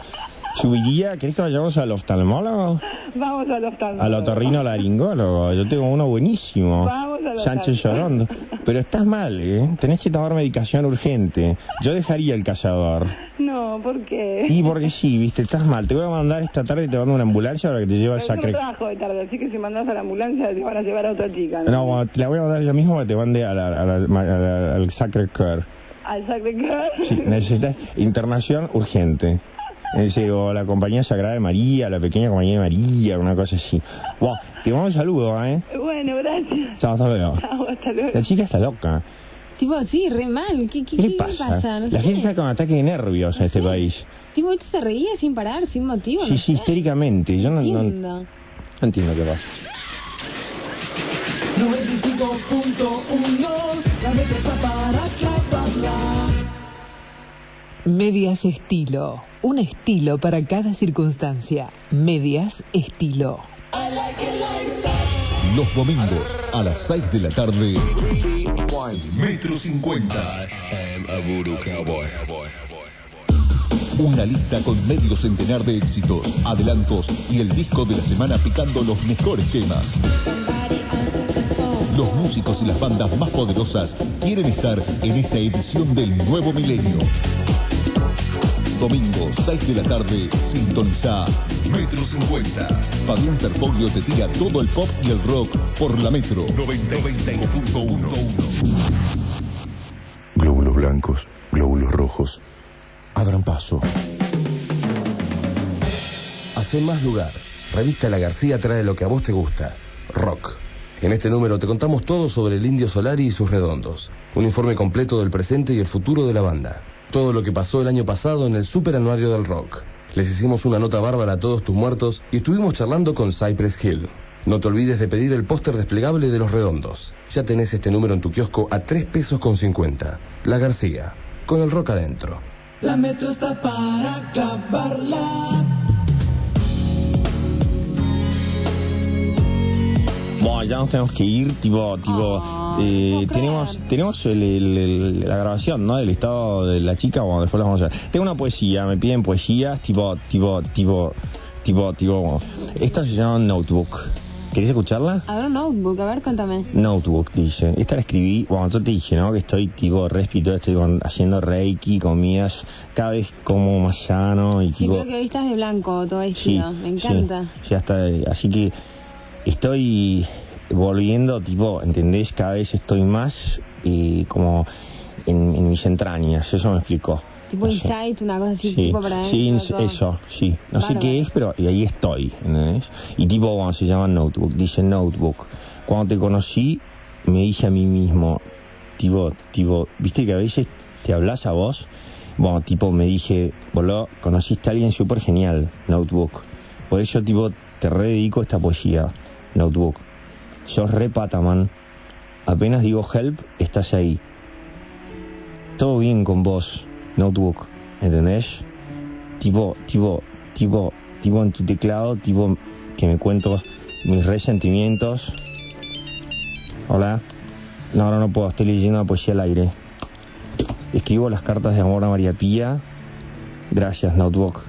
S2: Subiría, ¿querés que vayamos al oftalmólogo?
S16: Vamos al oftalmólogo.
S2: Al otorrino laringólogo, yo tengo uno buenísimo.
S16: Vamos al
S2: Sánchez Llorondo. Pero estás mal, ¿eh? Tenés que tomar medicación urgente. Yo dejaría el cazador.
S16: No, ¿por qué?
S2: Y porque sí, viste, estás mal. Te voy a mandar esta tarde, te mando una ambulancia para que te lleve al
S16: Pero yo no
S2: sacre.
S16: trabajo de tarde, así que si mandás a la ambulancia te van a llevar a otra chica. ¿no?
S2: No, bueno, te la voy a mandar yo mismo para que te mande a la- a la- a la- al Sacre Cœur.
S16: Al Sacre Cœur.
S2: Sí, necesitas internación urgente. Ese, o la compañía Sagrada de María, la pequeña compañía de María, una cosa así. Bueno, te mando un saludo, ¿eh?
S16: Bueno, gracias.
S2: Chao, hasta luego.
S16: Chao, hasta luego.
S2: La chica está loca.
S4: Tipo, sí, re mal. ¿Qué, qué,
S2: ¿Qué le
S4: qué
S2: pasa?
S4: No sé.
S2: la gente está con ataque de nervios en este país.
S4: Tipo, esto se reía sin parar, sin motivo.
S2: Sí,
S4: no
S2: sí,
S4: sé.
S2: histéricamente. Yo no, no- no
S4: Entiendo.
S2: entiendo qué pasa.
S7: 95.1 La destreza para clavarla
S15: Medias estilo. Un estilo para cada circunstancia. Medias estilo.
S17: Los domingos a las 6 de la tarde. Metro 50. Una lista con medio centenar de éxitos, adelantos y el disco de la semana picando los mejores temas. Los músicos y las bandas más poderosas quieren estar en esta edición del nuevo milenio. Domingo, 6 de la tarde, sintoniza Metro 50. Fabián Serfoglio te tira todo el pop y el rock por la Metro 95.1.
S18: Glóbulos blancos, glóbulos rojos. Abran paso. Hace más lugar. Revista La García trae lo que a vos te gusta. Rock. En este número te contamos todo sobre el Indio Solari y sus redondos. Un informe completo del presente y el futuro de la banda. Todo lo que pasó el año pasado en el superanuario del rock. Les hicimos una nota bárbara a todos tus muertos y estuvimos charlando con Cypress Hill. No te olvides de pedir el póster desplegable de los redondos. Ya tenés este número en tu kiosco a 3 pesos con 50. La García, con el rock adentro.
S7: La metro está para clavarla
S2: Bueno, ya nos tenemos que ir, tipo, tipo,
S4: Ah,
S2: eh, tenemos, tenemos el- el- el- la grabación, ¿no? Del estado de la chica, bueno, después la vamos a ver. Tengo una poesía, me piden poesías, tipo, tipo, tipo, Tipo, tipo, esta se llama Notebook. ¿Querés escucharla?
S4: A ver, un notebook, a ver, contame.
S2: Notebook, dice. Esta la escribí, bueno, yo te dije, ¿no? Que estoy tipo respirando, estoy con- haciendo reiki, comidas, cada vez como más sano y
S4: Sí,
S2: tipo...
S4: veo que hoy estás de blanco, todo
S2: Sí,
S4: vestido. Me
S2: sí,
S4: encanta.
S2: sí, hasta, así que estoy volviendo, tipo, ¿entendés? Cada vez estoy más eh, como en, en mis entrañas, eso me explicó.
S4: Tipo insight, una cosa así,
S2: Sí,
S4: tipo para
S2: sí,
S4: adentro,
S2: ins-
S4: todo.
S2: eso, sí. No
S4: Bárbaro.
S2: sé qué es, pero y ahí estoy. ¿entendés? Y tipo, bueno, se llama Notebook, dice Notebook. Cuando te conocí, me dije a mí mismo, tipo, tipo, viste que a veces te hablas a vos. Bueno, tipo, me dije, boludo, conociste a alguien súper genial, Notebook. Por eso, tipo, te rededico esta poesía, Notebook. Sos re pataman. Apenas digo help, estás ahí todo bien con vos, notebook, ¿entendés? Tipo, tipo, tipo, tipo en tu teclado, tipo que me cuento mis resentimientos. Hola. No, ahora no puedo, estoy leyendo la poesía al aire. Escribo las cartas de amor a María Pía. Gracias, notebook.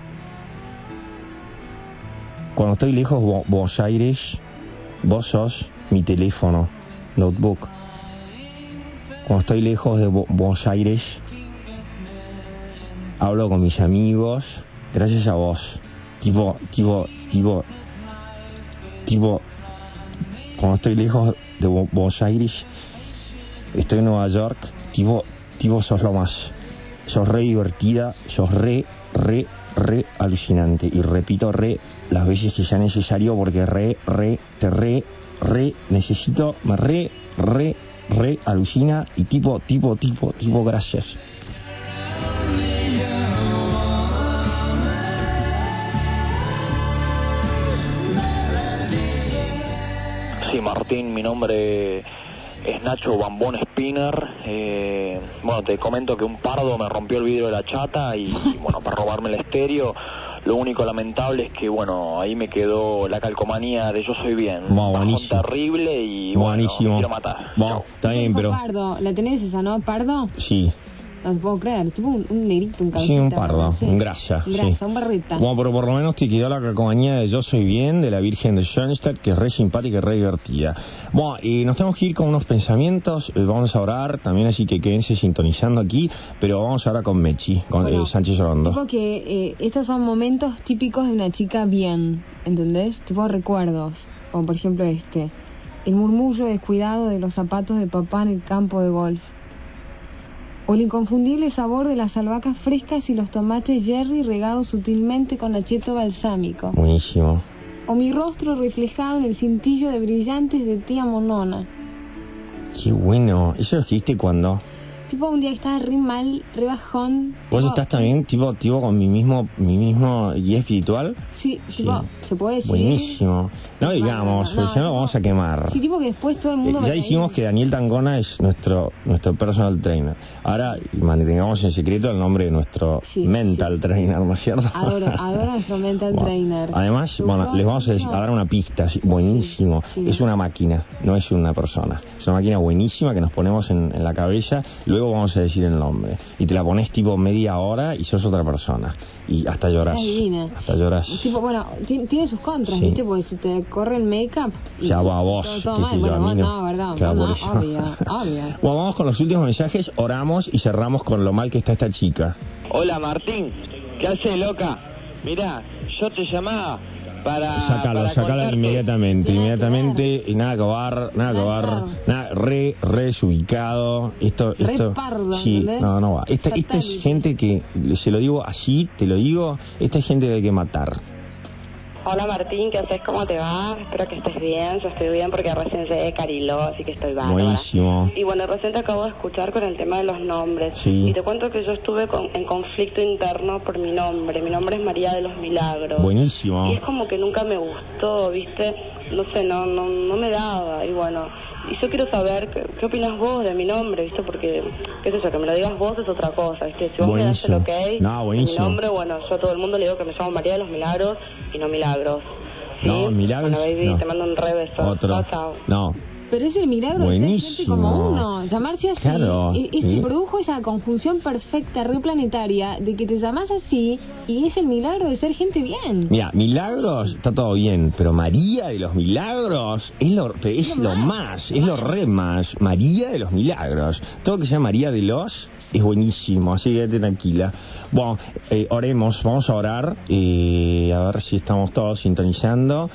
S2: Cuando estoy lejos, Bo- Buenos Aires, vos sos mi teléfono, notebook cuando estoy lejos de Bo- Buenos Aires, hablo con mis amigos, gracias a vos. Tipo, tipo, tipo, tipo, cuando estoy lejos de Bo- Buenos Aires, estoy en Nueva York, tipo, tipo, sos lo más. Sos re divertida, sos re, re, re alucinante. Y repito re las veces que sea necesario porque re, re, te re, re, necesito, me re, re, re alucina y tipo, tipo, tipo, tipo, gracias.
S9: Sí, Martín, mi nombre es Nacho Bambón Spinner. Eh, bueno, te comento que un pardo me rompió el vidrio de la chata y, bueno, para robarme el estéreo. Lo único lamentable es que, bueno, ahí me quedó la calcomanía de Yo Soy Bien.
S2: Bueno,
S9: Bajón
S2: buenísimo.
S9: terrible y, bueno,
S2: Buenísimo.
S9: quiero matar.
S2: Bueno, está bien, pero.
S4: Pardo, la tenés esa, ¿no? Pardo.
S2: Sí,
S4: No te puedo creer, tipo un, un negrito, un cabecita.
S2: sí, un pardo,
S4: sí.
S2: un grasa.
S4: Un grasa,
S2: sí.
S4: un barrita.
S2: Bueno, pero por lo menos te quedó la compañía de Yo Soy Bien, de la Virgen de Schoenstatt, que es re simpática y re divertida. Bueno, eh, nos tenemos que ir con unos pensamientos, eh, vamos a orar también, así que quédense sintonizando aquí, pero vamos ahora con Mechi, con eh, Sánchez Orondo.
S4: Tipo que eh, estos son momentos típicos de una chica bien, ¿entendés? Tipo recuerdos, como por ejemplo este. El murmullo descuidado de los zapatos de papá en el campo de golf. O el inconfundible sabor de las albahacas frescas y los tomates Jerry regados sutilmente con acheto balsámico.
S2: Buenísimo.
S4: O mi rostro reflejado en el cintillo de brillantes de tía Monona.
S2: Qué bueno. ¿Eso lo escribiste cuando?
S4: Tipo un día que estaba re mal, re bajón.
S2: ¿Vos
S4: tipo,
S2: estás también, tipo, tipo con mi mismo, mi mismo guía espiritual?
S4: Sí, tipo, se puede decir.
S2: Buenísimo. No digamos,
S4: no,
S2: porque si no lo vamos a quemar.
S4: Sí, tipo que después todo el
S2: Eh,
S4: mundo... me
S2: ya
S4: reí.
S2: dijimos que Daniel Tangona es nuestro nuestro personal trainer. Ahora mantengamos en secreto el nombre de nuestro
S4: Sí,
S2: mental trainer, ¿no es cierto?
S4: Adoro, adoro a nuestro mental
S2: Bueno,
S4: trainer.
S2: Además,
S4: ¿Te
S2: bueno,
S4: gustó?
S2: les vamos a, des- a dar una pista. sí, Buenísimo.
S4: Sí, sí.
S2: Es una máquina, no es una persona. Es una máquina buenísima que nos ponemos en, en la cabeza. Luego vamos a decir el nombre. Y te la pones tipo media hora y sos otra persona. Y hasta lloras.
S4: Está divina.
S2: Hasta lloras.
S4: Tipo, bueno, ti- tiene sus contras,
S2: Sí.
S4: ¿viste? Porque si te corre el make-up... y-
S2: Ya va vos,
S4: Todo, todo mal.
S2: qué sé yo,
S4: Bueno,
S2: a mí
S4: vos
S2: no.
S4: no, ¿verdad?
S2: Claro,
S4: Vos
S2: por
S4: no,
S2: eso.
S4: obvio, obvio.
S2: Bueno, vamos con los últimos mensajes. Oramos y cerramos con lo mal que está esta chica.
S11: Hola Martín, ¿qué haces loca? Mirá, yo te llamaba para...
S2: Sácalo,
S11: para
S2: sácalo
S11: contarte-
S2: inmediatamente, inmediatamente, y nada que bar, nada que bar, nada, re, re desubicado, esto,
S7: Re
S2: esto,
S7: pardo,
S2: sí,
S7: ¿entendés?
S2: no, no va, esta, esta es
S7: Fatality.
S2: gente que, se lo digo así, te lo digo, esta es gente que hay que matar,
S19: Hola Martín, ¿qué haces? ¿Cómo te va? Espero que estés bien. Yo estoy bien porque recién llegué de Cariló, así que estoy bárbara.
S2: buenísimo,
S19: Y bueno, recién te acabo de escuchar con el tema de los nombres.
S2: Sí.
S19: Y te cuento que yo estuve con- en conflicto interno por mi nombre. Mi nombre es María de los Milagros. Y
S2: buenísimo,
S19: es como que nunca me gustó, ¿viste? No sé, no, no, no me daba. Y bueno, y yo quiero saber qué, qué opinas vos de mi nombre, ¿viste? Porque, qué sé yo, que me lo digas vos es otra cosa, ¿viste? Si vos
S2: Buenísimo.
S19: me das el ok,
S2: No,
S19: de mi
S2: buenísimo.
S19: nombre, bueno, yo a todo el mundo le digo que me llamo María de los Milagros y no Milagros.
S2: no, milagros,
S19: Bueno, baby,
S2: no.
S19: te mando un re beso.
S2: otro,
S19: Chao, chao.
S2: no,
S4: Pero es el milagro de ser gente
S2: Buenísimo.
S4: como uno, llamarse así.
S2: Claro.
S4: Y, y se
S2: Y-
S4: produjo esa conjunción perfecta, replanetaria, de que te llamás así y es el milagro de ser gente bien.
S2: Mira, milagros está todo bien, pero María de los Milagros es lo, es lo más, es lo re más. María de los Milagros. Todo lo que sea María de los es buenísimo, así que quédate tranquila. Bueno, eh, oremos, vamos a orar, eh, a ver si estamos todos sintonizando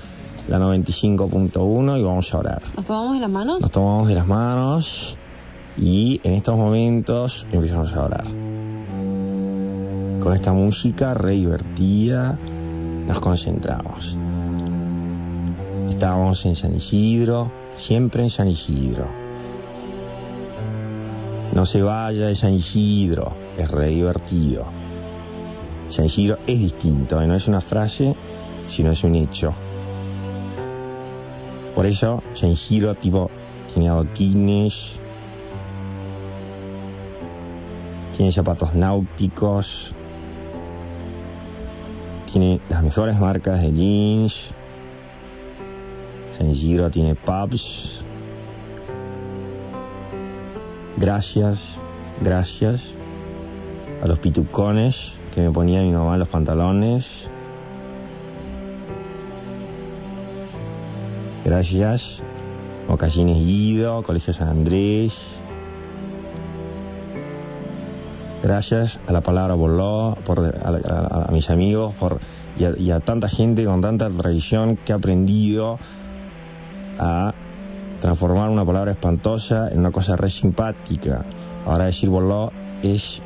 S2: la 95.1 y vamos a orar.
S4: ¿Nos tomamos de las manos?
S2: Nos tomamos de las manos y en estos momentos empezamos a orar. Con esta música re divertida nos concentramos. Estábamos en San Isidro, siempre en San Isidro. No se vaya de San Isidro, es re divertido. San Isidro es distinto, no es una frase, sino es un hecho. Por eso, San Isidro, tipo, tiene adoquines, tiene zapatos náuticos, tiene las mejores marcas de jeans. San Isidro tiene pubs. Gracias, gracias a los pitucones que me ponía mi mamá en los pantalones. Gracias. Mocasines Guido, Colegio San Andrés. Gracias a la palabra Boló, por, a, a- a mis amigos por, y, a, y a tanta gente con tanta tradición que ha aprendido a transformar una palabra espantosa en una cosa re simpática. Ahora decir Boló es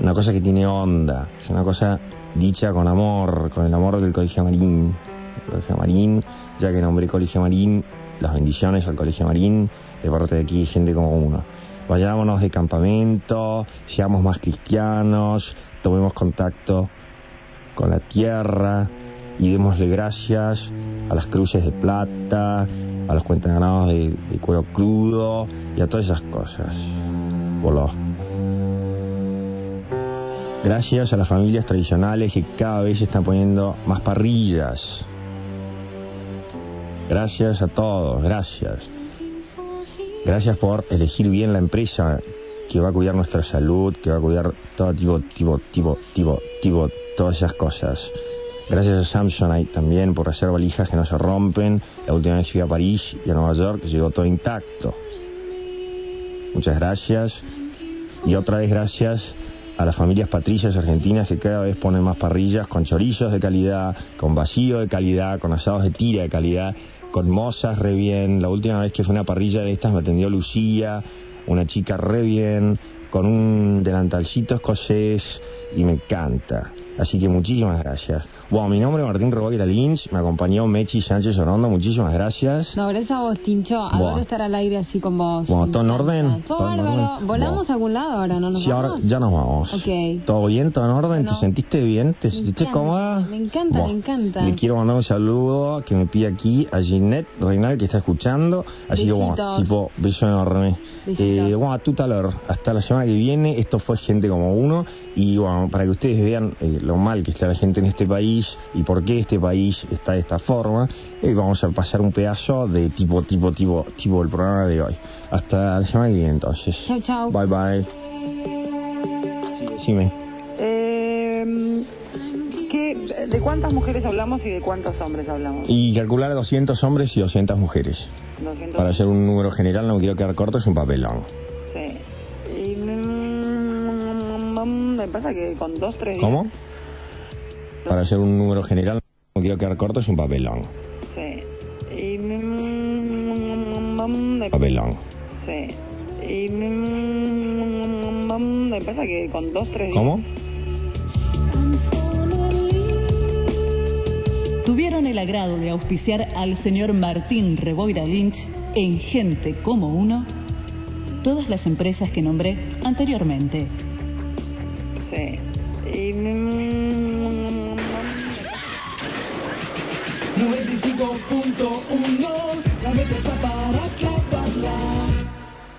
S2: una cosa que tiene onda, es una cosa dicha con amor, con el amor del Colegio Marín. El Colegio Marín, ya que nombré Colegio Marín, las bendiciones al Colegio Marín, de parte de aquí hay gente como uno. Vayámonos de campamento, seamos más cristianos, tomemos contacto con la tierra y démosle gracias a las cruces de plata, a los cuentaganados de, de cuero crudo y a todas esas cosas. Voló. Gracias a las familias tradicionales que cada vez están poniendo más parrillas. Gracias a todos, gracias. Gracias por elegir bien la empresa que va a cuidar nuestra salud, que va a cuidar todo tipo, tipo, tipo, tipo, tipo, todas esas cosas. Gracias a Samsonite también por hacer valijas que no se rompen. La última vez fui a París y a Nueva York llegó todo intacto. Muchas gracias. Y otra vez gracias a las familias patricias argentinas que cada vez ponen más parrillas con chorizos de calidad, con vacío de calidad, con asados de tira de calidad, con mozas re bien. La última vez que fue una parrilla de estas me atendió Lucía, una chica re bien, con un delantalcito escocés y me encanta. Así que muchísimas gracias. Bueno, mi nombre es Martín Robaquera Lynch, me acompañó Mechi Sánchez Orondo, muchísimas gracias.
S4: No, gracias a vos, Tincho. Adoro
S2: Buah.
S4: estar al aire así con vos.
S2: Bueno, ¿todo en orden?
S4: Todo
S2: ¿Todo en
S4: bárbaro.
S2: orden?
S4: ¿Volamos a algún lado ahora? ¿No nos
S2: Sí, ahora
S4: vamos?
S2: ya nos vamos.
S4: Ok.
S2: ¿Todo bien? ¿Todo en orden?
S4: No.
S2: ¿Te sentiste bien? ¿Te sentiste
S4: encanta,
S2: cómoda?
S4: Me encanta,
S2: Buah.
S4: me encanta.
S2: Le quiero mandar un saludo que me pide aquí a Ginette Reinal que está escuchando. Así que bueno,
S4: Besitos.
S2: tipo, beso enorme.
S4: Besitos.
S2: Eh, bueno, a tu talor. Hasta la semana que viene. Esto fue Gente como Uno. Y bueno, para que ustedes vean eh, lo mal que está la gente en este país y por qué este país está de esta forma, eh, vamos a pasar un pedazo de tipo, tipo, tipo, tipo el programa de hoy. Hasta la semana que viene entonces.
S4: Chau, chau.
S2: Bye, bye. Decime.
S16: Eh, ¿qué- ¿De cuántas mujeres hablamos y de cuántos hombres hablamos?
S2: Y calcular 200 hombres y 200 mujeres.
S16: 200.
S2: Para hacer un número general, no me quiero quedar corto, es un papelón.
S16: Sí. Y, mm, me pasa que con dos, tres...
S2: ¿Cómo? Para hacer un número general, no me quiero quedar corto, es un papelón.
S16: Sí. Y, mm, me-
S2: Papelón.
S16: Sí. Y, mm, me pasa que con dos, tres...
S2: ¿Cómo?
S20: Tuvieron el agrado de auspiciar al señor Martín Reboira Lynch en Gente como Uno todas las empresas que nombré anteriormente.
S16: Sí. Y, mm,